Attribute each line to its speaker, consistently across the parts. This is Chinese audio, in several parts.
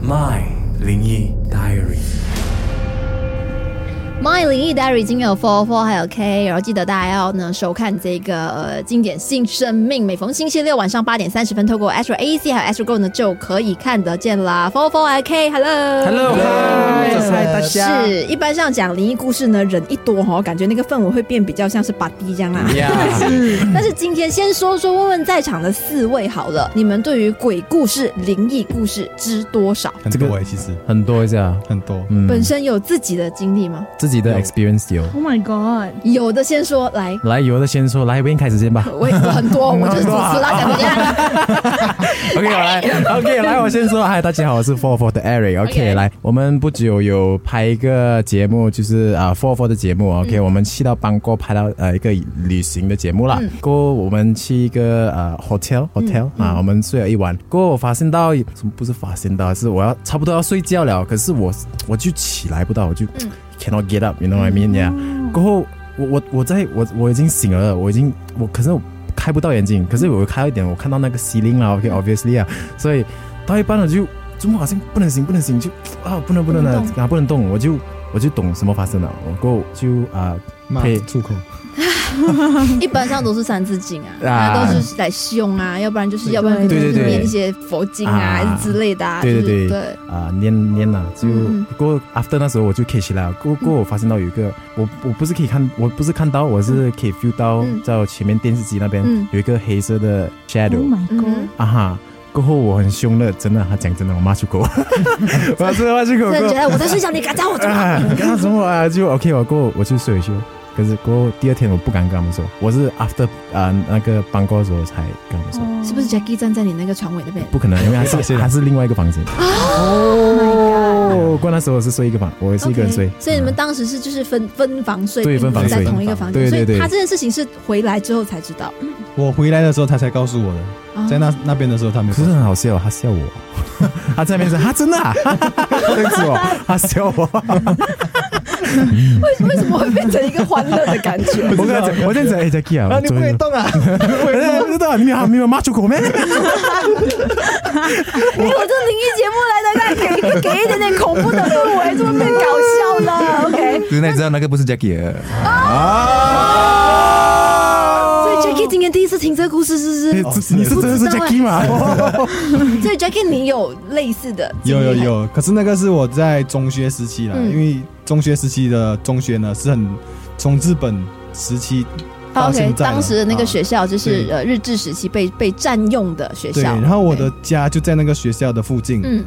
Speaker 1: My 灵异 Diary。
Speaker 2: 《My 灵异 Diary》今天有 Four Four 还有 K，然后记得大家要呢收看这个呃经典性生命，每逢星期六晚上八点三十分，透过 Astro AC 还有 Astro Go 呢就可以看得见啦。Four Four 还有 K，Hello，Hello，
Speaker 3: 嗨嗨大家
Speaker 2: 是一般上讲灵异故事呢，人一多哈、哦，感觉那个氛围会变比较像是 party 这样啦。
Speaker 3: 嗯
Speaker 2: 但是今天先说说问问在场的四位好了，你们对于鬼故事、灵异故事知多少？
Speaker 3: 很多哎，其实
Speaker 4: 很多这样，
Speaker 3: 很多。
Speaker 4: 嗯，
Speaker 2: 本身有自己的经历吗？
Speaker 4: 自己的 experience 有。
Speaker 5: Oh my god！
Speaker 2: 有的先说来。
Speaker 4: 来，有的先说，来，我先开始先吧。
Speaker 2: 我我很 多，我就是主持
Speaker 4: 啊
Speaker 2: 啦，讲怎样？
Speaker 4: OK，我来，OK，来，我先说，嗨，大家好，我是 Four Four 的 Eric。OK，来，我们不久有拍一个节目，就是啊 Four Four 的节目。OK，我们去到邦哥拍到呃一个旅行的节目啦。过后我们去一个呃 hotel hotel 啊，我们睡了一晚。过后我发现到不是发现到，是我要差不多要睡觉了，可是我我就起来不到，我就 cannot get up，you know what I mean yeah？过后我我我在我我已经醒了，我已经我可是我开不到眼睛，可是我开一点，我看到那个 ceiling 啊，OK，obviously、啊，所以到一半了就怎么好像不能醒不能醒就啊不能不能了啊不能动，我就我就懂什么发生了，我过后就啊
Speaker 3: 骂
Speaker 4: 呸
Speaker 3: 出口，
Speaker 2: 一般上都是三字经啊，
Speaker 4: 啊
Speaker 2: 大家都是来凶啊，要不然就是要不然就
Speaker 4: 对
Speaker 2: 是
Speaker 4: 对对
Speaker 2: 念一些佛经啊
Speaker 4: 啊
Speaker 2: 还是之类的啊，就
Speaker 4: 对对
Speaker 2: 是对，
Speaker 4: 对啊念念了，就
Speaker 2: 嗯
Speaker 4: 过后 after 那时候我就 catch 了，过过后我发现到有一个我我不是可以看我不是看到我是可以 feel 到
Speaker 2: 嗯
Speaker 4: 在我前面电视机那边
Speaker 2: 嗯
Speaker 4: 有一个黑色的 shadow
Speaker 5: Oh。my
Speaker 2: 嗯
Speaker 5: god！，
Speaker 4: 啊哈，过后我很凶的，真的，他讲真的，我骂出狗， 我真的骂出狗
Speaker 2: 真的觉
Speaker 4: 过
Speaker 2: 得我在睡觉，你敢叫我
Speaker 4: 后，
Speaker 2: 怎么？
Speaker 4: 啊，你跟他说我啊，就 OK，我过后我去睡回去。可是过后第二天我不敢跟他们说，我是 after 啊、那个搬过的时候才跟他们说，
Speaker 2: 是不是 Jackie 站在你那个床尾那边？
Speaker 4: 不可能，因为他 是他是另外一个房 间。哦，过后那时候我是睡一个房，我是一个人睡嗯
Speaker 2: OK，所以你们当时是就是分分房睡，
Speaker 4: 对分房
Speaker 2: 并不是在
Speaker 3: 睡
Speaker 2: 同一个房间，
Speaker 4: 对对
Speaker 2: 所以
Speaker 4: 对
Speaker 2: 他这件事情是回来之后才知道，
Speaker 3: 我回来的时候他才告诉我的，
Speaker 2: 啊
Speaker 3: 在那那边的时候他没
Speaker 4: 可
Speaker 3: 有
Speaker 4: 是
Speaker 3: 告诉我。
Speaker 4: 很好笑，他笑我， 他在那边说他真的、啊， 对不起我，他笑我，
Speaker 2: 为什么会变成一个欢乐的感 觉？
Speaker 4: 我跟他讲，我这样子，哎 j a c k i 啊，
Speaker 3: 啊，你不
Speaker 4: 昨
Speaker 3: 可以
Speaker 4: 天
Speaker 3: 动啊！
Speaker 4: 哎，不知道你没有没有骂出口咩？
Speaker 2: 因哎为我这灵异节目来的，给给一点点恐怖的氛围，怎么变搞笑了？OK，
Speaker 6: 原来知道那个不是 Jackie 的
Speaker 2: 所以
Speaker 3: 哦
Speaker 2: Jackie 今天第一次听这个故事，是不是？
Speaker 4: 你哦是真的是 Jackie 吗？
Speaker 2: 所以 Jackie，你有类似的经哦
Speaker 3: 有
Speaker 2: 历
Speaker 3: 嗯有
Speaker 2: 吗，
Speaker 3: 有，可是那个是我在中学时期啦，
Speaker 2: 嗯
Speaker 3: 因为中学时期的中学呢是很从日本时期
Speaker 2: 好
Speaker 3: 到现
Speaker 2: OK，
Speaker 3: 在了
Speaker 2: 当时的那个
Speaker 3: 啊
Speaker 2: 学校就是
Speaker 3: 对
Speaker 2: 呃日治时期被被占用的学
Speaker 3: 对，
Speaker 2: 校。
Speaker 3: 然后我的家就在那个学校的附近，
Speaker 2: 嗯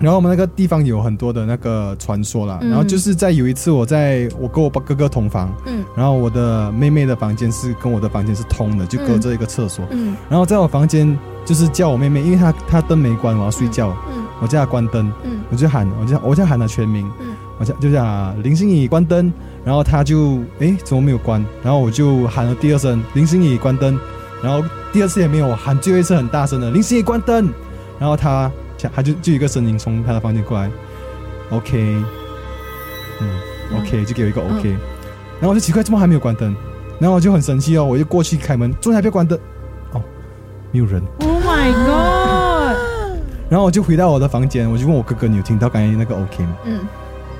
Speaker 3: 然后我们那个地方有很多的那个传说啦，
Speaker 2: 嗯
Speaker 3: 然后就是在有一次我在我跟我哥哥同房，
Speaker 2: 嗯
Speaker 3: 然后我的妹妹的房间是跟我的房间是通的，就隔着一个厕所，
Speaker 2: 嗯
Speaker 3: 然后在我房间就是叫我妹妹，因为她她灯没关，我要睡觉，
Speaker 2: 嗯
Speaker 3: 我叫她关灯，
Speaker 2: 嗯
Speaker 3: 我就喊我就我就喊她全名，
Speaker 2: 嗯
Speaker 3: 我叫就叫她林心怡关灯，然后她就诶怎么没有关，然后我就喊了第二声林心怡关灯，然后第二次也没有，我喊最后一次很大声的林心怡关灯，然后她她就就有一个声音从她的房间过来，OK，嗯，OK 就给我一个 OK，、然后我就奇怪怎么还没有关灯，然后我就很生气哦，我就过去开门，坐下不要关灯，哦，没有人。
Speaker 5: Oh my god！
Speaker 3: 然后我就回到我的房间，我就问我哥哥：“你有听到刚才那个 OK 吗
Speaker 2: 嗯？”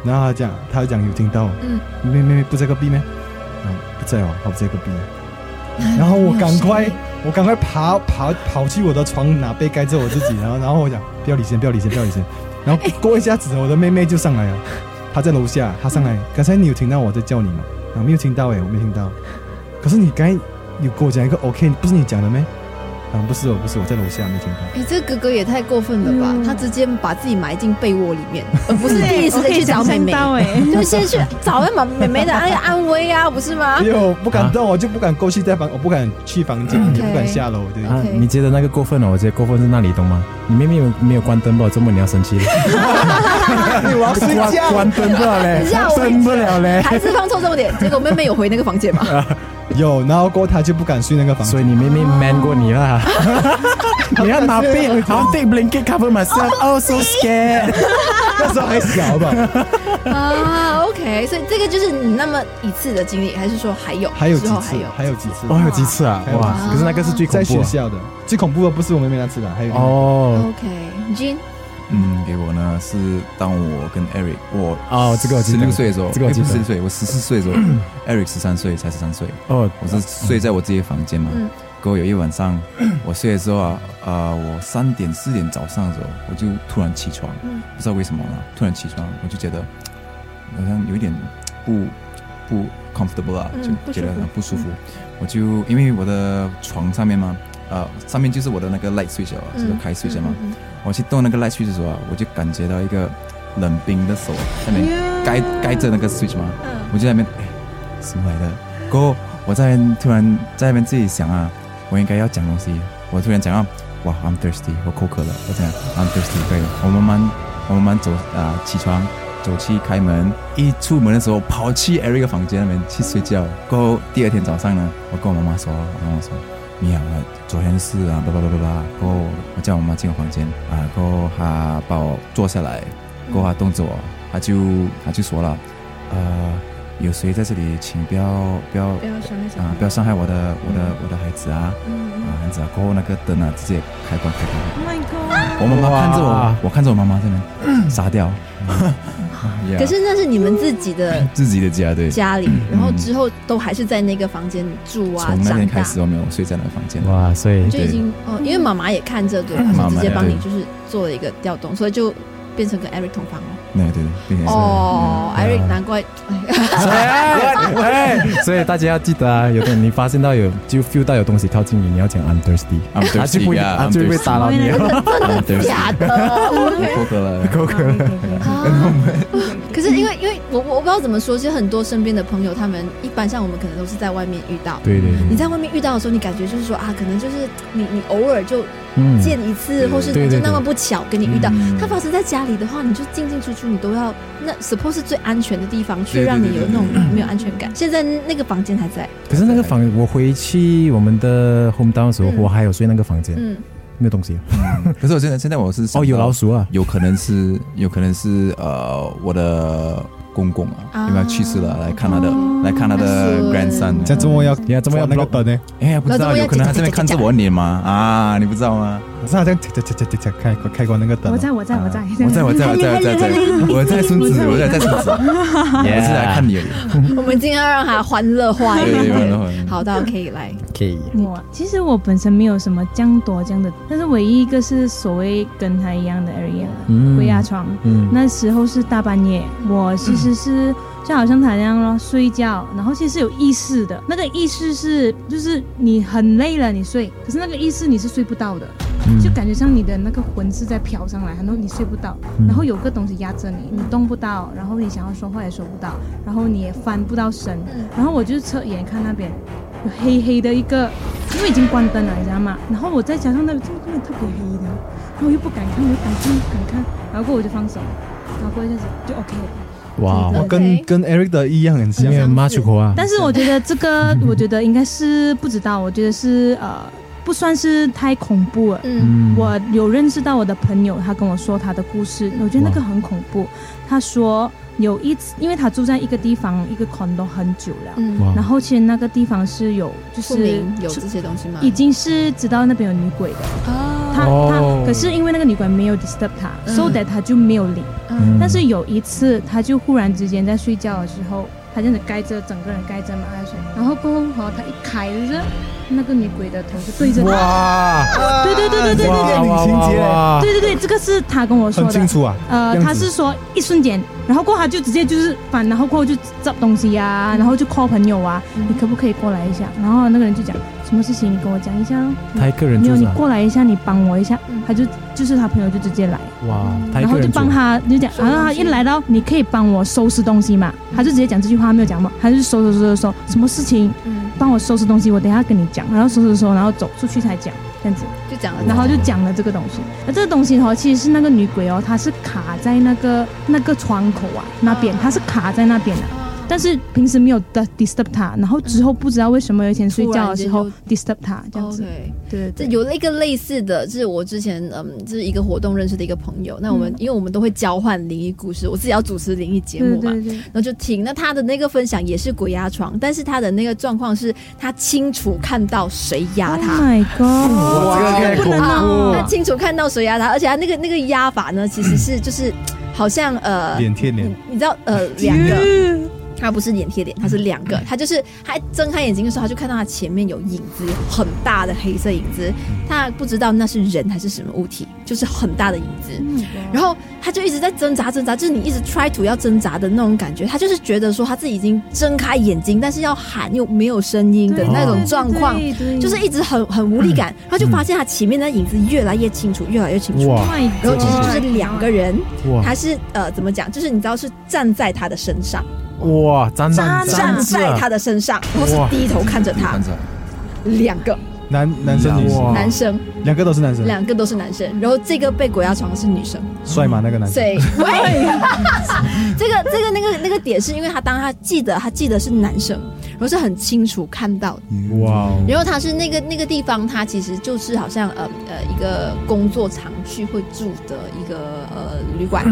Speaker 3: 然后他讲，他讲有听到。
Speaker 2: 嗯
Speaker 3: 妹妹妹不在隔壁咩？嗯，不在哦，我不在隔壁。
Speaker 2: 嗯
Speaker 3: 然后我赶快，我赶快爬爬跑去我的床拿被盖着我自己，然后然后我讲不要理先，不要理先，不要理先。 然后过一下子，我的妹妹就上来了，啊她在楼下，她上来，
Speaker 2: 嗯
Speaker 3: 刚才你有听到我在叫你吗？啊，没有听到哎，我没听到。可是你刚才有跟我讲一个 OK，不是你讲的咩？啊，不是哦，不是，我在楼下没听到。
Speaker 2: 哎，这个哥哥也太过分了吧！
Speaker 5: 嗯
Speaker 2: 他直接把自己埋进被窝里 面，而不是 第一时间去找妹妹，
Speaker 5: 哎，
Speaker 2: 就先去找一把妹妹的那个安危啊，不是吗
Speaker 3: 因？为我哎不敢动，我就不敢过去在房，我不敢去房间，
Speaker 2: 嗯
Speaker 3: 也不敢下楼，对。
Speaker 4: 啊，你觉得那个过分了？我觉得过分是那里懂吗？你妹妹有没有关灯吧？周末你要生气 了，
Speaker 3: 我要睡
Speaker 4: 关
Speaker 3: 觉，
Speaker 4: 关灯不了嘞
Speaker 2: 你吓，我一跳
Speaker 4: 灯不了嘞。
Speaker 2: 还是放错重点，结果妹妹有回那个房间吗？
Speaker 3: 有，然后过后他就不敢睡那个房
Speaker 4: 所
Speaker 3: 间，
Speaker 4: 以你妹妹 man 过你 啦，你要拿被，然后 take blanket cover myself. Oh so scared.
Speaker 3: 那时候还小吧。
Speaker 2: 啊，OK，所以这个就是你那么一次的经历，还是说还有？
Speaker 3: 还有
Speaker 2: 之
Speaker 3: 几
Speaker 2: 后还
Speaker 3: 次
Speaker 2: 有，
Speaker 3: 还有几次，
Speaker 4: 哇，有几次啊？
Speaker 3: 还有
Speaker 4: 哇，可是那个是最恐
Speaker 3: 在
Speaker 4: 怖
Speaker 3: 学
Speaker 4: 啊。
Speaker 3: 校的最恐怖的不是我妹妹那次啦，还有
Speaker 4: 哦，
Speaker 2: OK，Jean，
Speaker 6: 嗯，给我呢是当我跟 Eric 我
Speaker 4: 哦这个我记
Speaker 6: 十
Speaker 4: 得
Speaker 6: 六岁的时候，
Speaker 4: 这个我
Speaker 6: 诶
Speaker 4: 记
Speaker 6: 不
Speaker 4: 得
Speaker 6: 是十六岁，我十 四岁的时候，Eric 十三岁才十三岁，
Speaker 4: 哦，
Speaker 6: 我是睡在我自己的房间嘛。
Speaker 2: 嗯
Speaker 6: 过后有一晚上，我睡的时候啊，啊，我三点四点早上的时候，我就突然起床，
Speaker 2: 嗯
Speaker 6: 不知道为什么啦，突然起床，我就觉得好像有一点不不 comfortable 啊，
Speaker 2: 嗯
Speaker 6: 就觉得很
Speaker 2: 不
Speaker 6: 不
Speaker 2: 舒
Speaker 6: 舒
Speaker 2: 服
Speaker 6: 服。
Speaker 4: 嗯
Speaker 6: 我就因为我的床上面嘛，呃，上面就是我的那个 light switch 啊，
Speaker 2: 嗯
Speaker 6: 就是开 switch 嘛。
Speaker 2: 嗯嗯
Speaker 6: 我去动那个 light switch 的时候啊，我就感觉到一个冷冰的手在那边盖盖着那个 switch 嘛，
Speaker 2: 嗯
Speaker 6: 我就在那边哎，什么来的？过后我在突然在那边自己想啊，我应该要讲东西，我突然讲到，啊哇，I'm thirsty，我口渴了，我讲 I'm thirsty，对，我慢慢我慢慢走啊、起床。走去开门，一出门的时候跑去 Eric 的房间那边去睡觉。过后第二天早上呢，我跟我妈妈说，我妈妈说，你啊，昨天是啊，叭叭叭叭叭。过后我叫我妈进我房间啊，过后她把我坐下来，过后她动着我，她就她就说了，呃，有谁在这里，请不要不要
Speaker 5: 不要伤害小
Speaker 6: 啊，
Speaker 5: 朋
Speaker 6: 不
Speaker 5: 友
Speaker 6: 要伤害我的我的我的孩子啊
Speaker 5: 嗯
Speaker 6: 啊，孩子啊。过后那个灯啊，直接开关开关。
Speaker 5: Oh my god！
Speaker 6: 我妈妈
Speaker 4: 哇
Speaker 6: 看着我，我看着我妈妈在 那傻掉。
Speaker 2: 可是那是你们自己的
Speaker 6: 自己的家对，
Speaker 2: 家里，然后之后都还是在那个房间住啊，
Speaker 6: 嗯从那
Speaker 2: 长
Speaker 6: 天
Speaker 2: 大
Speaker 6: 开始我没有睡在那个房间。
Speaker 4: 哇，所以
Speaker 2: 就已经哦，因为妈妈也看这对吧，
Speaker 6: 妈
Speaker 2: 就
Speaker 6: 妈
Speaker 2: 直接帮你
Speaker 6: 对
Speaker 2: 就是做了一个调动，所以就变成跟 Eric 同房了。
Speaker 6: 对对对，并且是
Speaker 2: 哦，Eric
Speaker 6: 嗯
Speaker 2: 难怪，
Speaker 4: 哎喂，所以大家要记得啊，有的你发现到有就 feel 到有东西靠近你，你要讲 I'm thirsty，
Speaker 6: I'm
Speaker 4: 他就不
Speaker 6: thirsty，yeah，
Speaker 4: 他就不会
Speaker 6: I'm
Speaker 4: 打扰你。
Speaker 6: I'm
Speaker 2: 真的
Speaker 6: thirsty，
Speaker 2: 假的？
Speaker 6: 过客了。
Speaker 4: 够可能
Speaker 2: 啊！ 可是因为因为我我我不知道怎么说，其实很多身边的朋友，他们一般像我们可能都是在外面遇到。
Speaker 4: 对 对
Speaker 2: 你
Speaker 4: 对，
Speaker 2: 在外面遇到的时候，你感觉就是说啊，可能就是你你偶尔就
Speaker 4: 嗯
Speaker 2: 见一次，
Speaker 6: 嗯
Speaker 2: 或是
Speaker 4: 对对
Speaker 2: 就
Speaker 4: 对
Speaker 2: 那么不巧跟你遇到。
Speaker 6: 嗯
Speaker 2: 它发生在家里的话，你就进进出出，你都要那 suppose 是最安全的地方，去
Speaker 6: 对对
Speaker 2: 让你
Speaker 6: 对
Speaker 2: 有
Speaker 6: 对
Speaker 2: 那种没有安全感。现在那个房间还在，
Speaker 4: 可是那个房，我回去我们的 home down 的时候，
Speaker 2: 嗯
Speaker 4: 我还有睡那个房间，
Speaker 2: 嗯，
Speaker 4: 没有东西。啊
Speaker 6: 可是我现在现在我是
Speaker 4: 哦，有老
Speaker 6: 鼠，
Speaker 4: 鼠啊！
Speaker 6: 有可能是有可能是呃我的公公
Speaker 2: 啊
Speaker 6: 啊，因为他去世了，来看他的
Speaker 5: 哦
Speaker 6: 来看他的 grandson
Speaker 3: 这。样周末要
Speaker 4: 你看怎么样
Speaker 3: 那个
Speaker 4: block？
Speaker 3: 灯呢？
Speaker 6: 哎呀，不知
Speaker 2: 那这
Speaker 6: 道，
Speaker 2: 么要
Speaker 6: 有可能他这边看着我的脸嘛啊，你不知道吗？
Speaker 3: 可是好像切切切切切切开开关那个灯
Speaker 5: 我
Speaker 3: 啊，
Speaker 5: 在我在我在
Speaker 6: 我在我在我在我在我在，我在孙子，我在在孙子，我是来看你的。
Speaker 2: 我们今天要让它欢乐化一
Speaker 6: 对对
Speaker 2: 点。
Speaker 6: 对，
Speaker 2: 好，大家可以来，
Speaker 4: 可以，
Speaker 5: 我其实我本身没有什么这样多这样的，但是唯一一个是所谓跟他一样的 area
Speaker 4: 嗯
Speaker 5: 鬼压床。
Speaker 4: 嗯，
Speaker 5: 那时候是大半夜，我其实是就好像他那样咯，睡觉，然后其实是有意识的，那个意识是就是你很累了你睡，可是那个意识你是睡不到的，就感觉像你的那个魂是在飘上来，然后你睡不到，然后有个东西压着你，你动不到，然后你想要说话也说不到，然后你也翻不到身，然后我就侧眼看那边有黑黑的一个，因为已经关灯了，你知道吗？然后我再加上那个这个根本特别黑的，然后我又不敢看，我又敢看，不敢看，然后过后我就放手，然后过一下子就 OK 了。
Speaker 4: 哇，
Speaker 3: 我跟
Speaker 2: OK
Speaker 3: 跟 Eric 的一样很像
Speaker 4: 没。有骂出口啊！
Speaker 5: 但是我觉得这个，我觉得应该是不知道，我觉得是呃，不算是太恐怖了。
Speaker 2: 嗯
Speaker 5: 我有认识到我的朋友，他跟我说他的故事，我觉得那个很恐怖。他说有一次，因为他住在一个地方一个 condo 很久了，
Speaker 2: 嗯，
Speaker 5: 然后其实那个地方是有就
Speaker 2: 不
Speaker 5: 是
Speaker 2: 明有这些东西吗？
Speaker 5: 已经是知道那边有女鬼的，
Speaker 2: 啊，
Speaker 5: 他
Speaker 4: 哦
Speaker 5: 他可是因为那个女鬼没有 disturb 他
Speaker 2: 嗯
Speaker 5: ，so that 他就没有灵。
Speaker 2: 嗯
Speaker 5: 但是有一次，他就忽然之间在睡觉的时候，他真的盖着整个人盖着嘛爱睡，然后过后哈，他一开着那个女鬼的头就对着他，
Speaker 4: 哇
Speaker 5: 对对对对对对
Speaker 4: 哇
Speaker 5: 对
Speaker 4: 哇
Speaker 3: 情节
Speaker 4: 哇！
Speaker 5: 对对对，这个是他跟我说
Speaker 3: 很
Speaker 5: 的
Speaker 3: 清。楚啊，
Speaker 5: 呃，
Speaker 3: 样子
Speaker 5: 他是说一瞬间，然后过后他就直接就是反，然后过后就找东西呀、然后就 call 朋友啊，你可不可以过来一下？然后那个人就讲什么事情，你跟我讲一下咯。
Speaker 4: 他一个人
Speaker 5: 没有，
Speaker 4: 住
Speaker 5: 你
Speaker 4: 是吧？啊
Speaker 5: 过来一下，你帮我一下
Speaker 2: 嗯。
Speaker 5: 他就就是他朋友就直接来，
Speaker 4: 哇，他一
Speaker 5: 然
Speaker 4: 个
Speaker 5: 后就
Speaker 4: 人住啊
Speaker 5: 帮。他就讲，
Speaker 2: 收东
Speaker 5: 然
Speaker 2: 西
Speaker 5: 后他一来到，你可以帮我收拾东西嘛？他就直接讲这句话，他没有讲嘛，他就收拾收拾收，什么事情
Speaker 2: 嗯，
Speaker 5: 帮我收拾东西，我等一下跟你讲。然后收拾收，然后走出去才讲这样子，
Speaker 2: 就讲了，
Speaker 5: 然后就讲了这个东西。那这个东西哦，其实是那个女鬼哦，她是卡在那个那个窗口啊那边，她是卡在那边的、
Speaker 2: 啊
Speaker 5: 但是平时没有的 disturb 他，然后之后不知道为什么有一天睡觉的时候
Speaker 2: 突
Speaker 5: disturb 他这样子，
Speaker 2: 哦 OK，
Speaker 5: 对
Speaker 2: 这
Speaker 5: 对对，
Speaker 2: 有了一个类似的，是我之前嗯，就是一个活动认识的一个朋友。那我
Speaker 5: 嗯
Speaker 2: 们、因为我们都会交换灵异故事，我自己要主持灵异节目嘛，
Speaker 5: 对对对，
Speaker 2: 然后就听。那他的那个分享也是鬼压床，但是他的那个状况是他清楚看到谁压
Speaker 5: Oh
Speaker 2: 他。
Speaker 5: my god！
Speaker 4: 哇，这个太恐怖
Speaker 2: 他清楚看到谁压他，而且他那个那个压法呢，其实 是就是好像呃，
Speaker 3: 脸贴脸
Speaker 2: 你，你知道呃 两个，他不是脸贴脸，他是两
Speaker 5: 嗯
Speaker 2: 个，他就是他睁开眼睛的时候，他就看到他前面有影子，很大的黑色影子，他不知道那是人还是什么物体，就是很大的影子。然后他就一直在挣扎挣扎，就是你一直 try to 要挣扎的那种感觉。他就是觉得说他自己已经睁开眼睛，但是要喊又没有声音的
Speaker 5: 对
Speaker 2: 那种状况，，
Speaker 5: 对对对对
Speaker 2: 就是一直很很无力感，然后就发现他前面的影子越来越清楚，越来越清楚。
Speaker 4: 哇
Speaker 5: Oh my god
Speaker 2: 然后其实就是两个人，
Speaker 4: 哇
Speaker 2: 他是呃怎么讲，就是你知道是站在他的身上，
Speaker 4: 哇，站
Speaker 5: 站
Speaker 2: 站
Speaker 4: 着
Speaker 2: 在他的身上，然后是
Speaker 4: 哇
Speaker 2: 低头看着他
Speaker 6: 看，着
Speaker 2: 两个
Speaker 3: 男男生女生
Speaker 4: 哇
Speaker 2: 男生，
Speaker 3: 两个都是男生，
Speaker 2: 两个都是男生，然后这个被鬼压床的是女生，
Speaker 3: 帅嘛那个男
Speaker 2: 所
Speaker 3: 生，
Speaker 2: 以喂， 这个这个那个那个点是因为他当他记得他记得是男生，然后是很清楚看到的
Speaker 4: 哇哦，
Speaker 2: 然后它是那个那个地方，它其实就是好像呃呃一个工作常去会住的一个呃旅馆，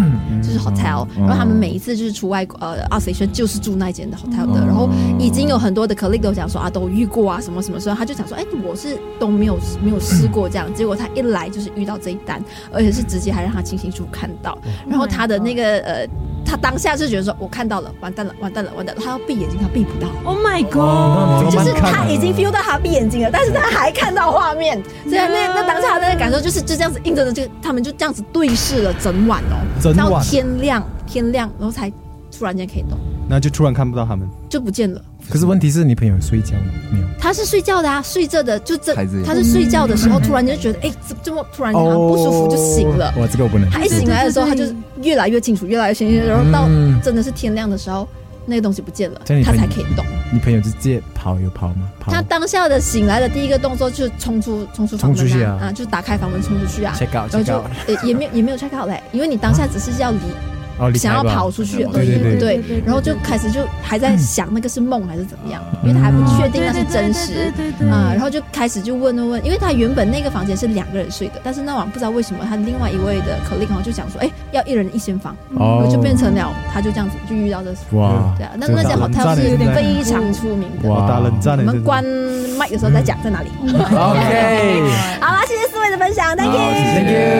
Speaker 2: 就是 hotel、然后他们每一次就是出外呃 o u t s t a t i o n 就是住那间的 hotel 的。然后已经有很多的 colleague 都讲说啊都遇过啊什么什么时候，他就讲说哎我是都没有没有试过这样。结果他一来就是遇到这一单，而且是直接还让他清清楚楚看到。然后他的那个呃他当下是觉得说我看到了，完蛋了，完蛋了，完蛋了，他要闭眼睛，他闭不到。
Speaker 5: ，Oh my god！
Speaker 4: 那你
Speaker 2: 就
Speaker 4: 慢
Speaker 2: 是
Speaker 4: 慢看
Speaker 2: 他已经 feel 到他闭眼睛了，但是他还看到画面，所以那
Speaker 5: Yeah
Speaker 2: 那当下他的那个感受就是就这样子硬着的，就他们就这样子对视了整晚哦，
Speaker 3: 整晚
Speaker 2: 到天亮天亮，然后才突然间可以动，
Speaker 3: 那就突然看不到他们，
Speaker 2: 就不见了。
Speaker 4: 可是问题是你朋友睡觉吗？没有。
Speaker 2: 他是睡觉的啊，睡着的就这
Speaker 6: 孩子，也
Speaker 2: 他是睡觉的时候突然间就觉得哎，怎这么突然间好像不舒服就醒了。
Speaker 4: 哇，这个我不能。
Speaker 2: 他一醒来的时候，他
Speaker 5: 对
Speaker 2: 就
Speaker 5: 对对
Speaker 2: 是越来越清楚，越来越清楚，然后到
Speaker 4: 嗯
Speaker 2: 真的是天亮的时候，那个东西不见了
Speaker 4: 这样，你
Speaker 2: 他
Speaker 4: 朋
Speaker 2: 才
Speaker 4: 友
Speaker 2: 可以动。
Speaker 4: 你朋友直接跑有跑吗？跑
Speaker 2: 他当下的醒来的第一个动作就是冲出冲出房
Speaker 4: 冲出去
Speaker 2: 门
Speaker 4: 啊
Speaker 2: 啊，就打开房门冲出去啊，
Speaker 4: check out
Speaker 2: 然后
Speaker 4: check
Speaker 2: 就
Speaker 4: out，
Speaker 2: 呃也没有也没有 check out 嘞，因为你当下只是要离
Speaker 4: 哦，啊离开
Speaker 2: 想要
Speaker 4: 吧
Speaker 2: 跑出去而
Speaker 4: 对
Speaker 2: 已
Speaker 4: 对对，
Speaker 2: 对，然后就开始就还在想那个是梦还是怎么样，因
Speaker 4: 嗯
Speaker 2: 为他还不确定那是真实
Speaker 5: 对。对对
Speaker 2: 啊、然
Speaker 5: 后
Speaker 2: 后就开始就问问问，因为他原本那个房间是两个人睡的，但是那晚不知道为什么他另外一位的 colleague 哦就讲说，哎，要一人一间房，然
Speaker 4: 哦
Speaker 2: 后就变成了他就这样子就遇到这事，
Speaker 4: 哇
Speaker 2: 对，啊，那
Speaker 3: 这个
Speaker 2: 那家
Speaker 3: 打冷
Speaker 2: hotel
Speaker 3: 战
Speaker 2: 是
Speaker 3: 欸现在
Speaker 2: 非常出名的，
Speaker 4: 哇
Speaker 3: 我打冷战
Speaker 2: 我
Speaker 3: 了，
Speaker 2: 们
Speaker 3: 真的
Speaker 2: 关麦的时候再讲在哪里。
Speaker 4: OK，
Speaker 2: 好啦，谢谢四位的分享，Thank
Speaker 6: 好
Speaker 2: you。
Speaker 6: 谢谢
Speaker 4: Thank you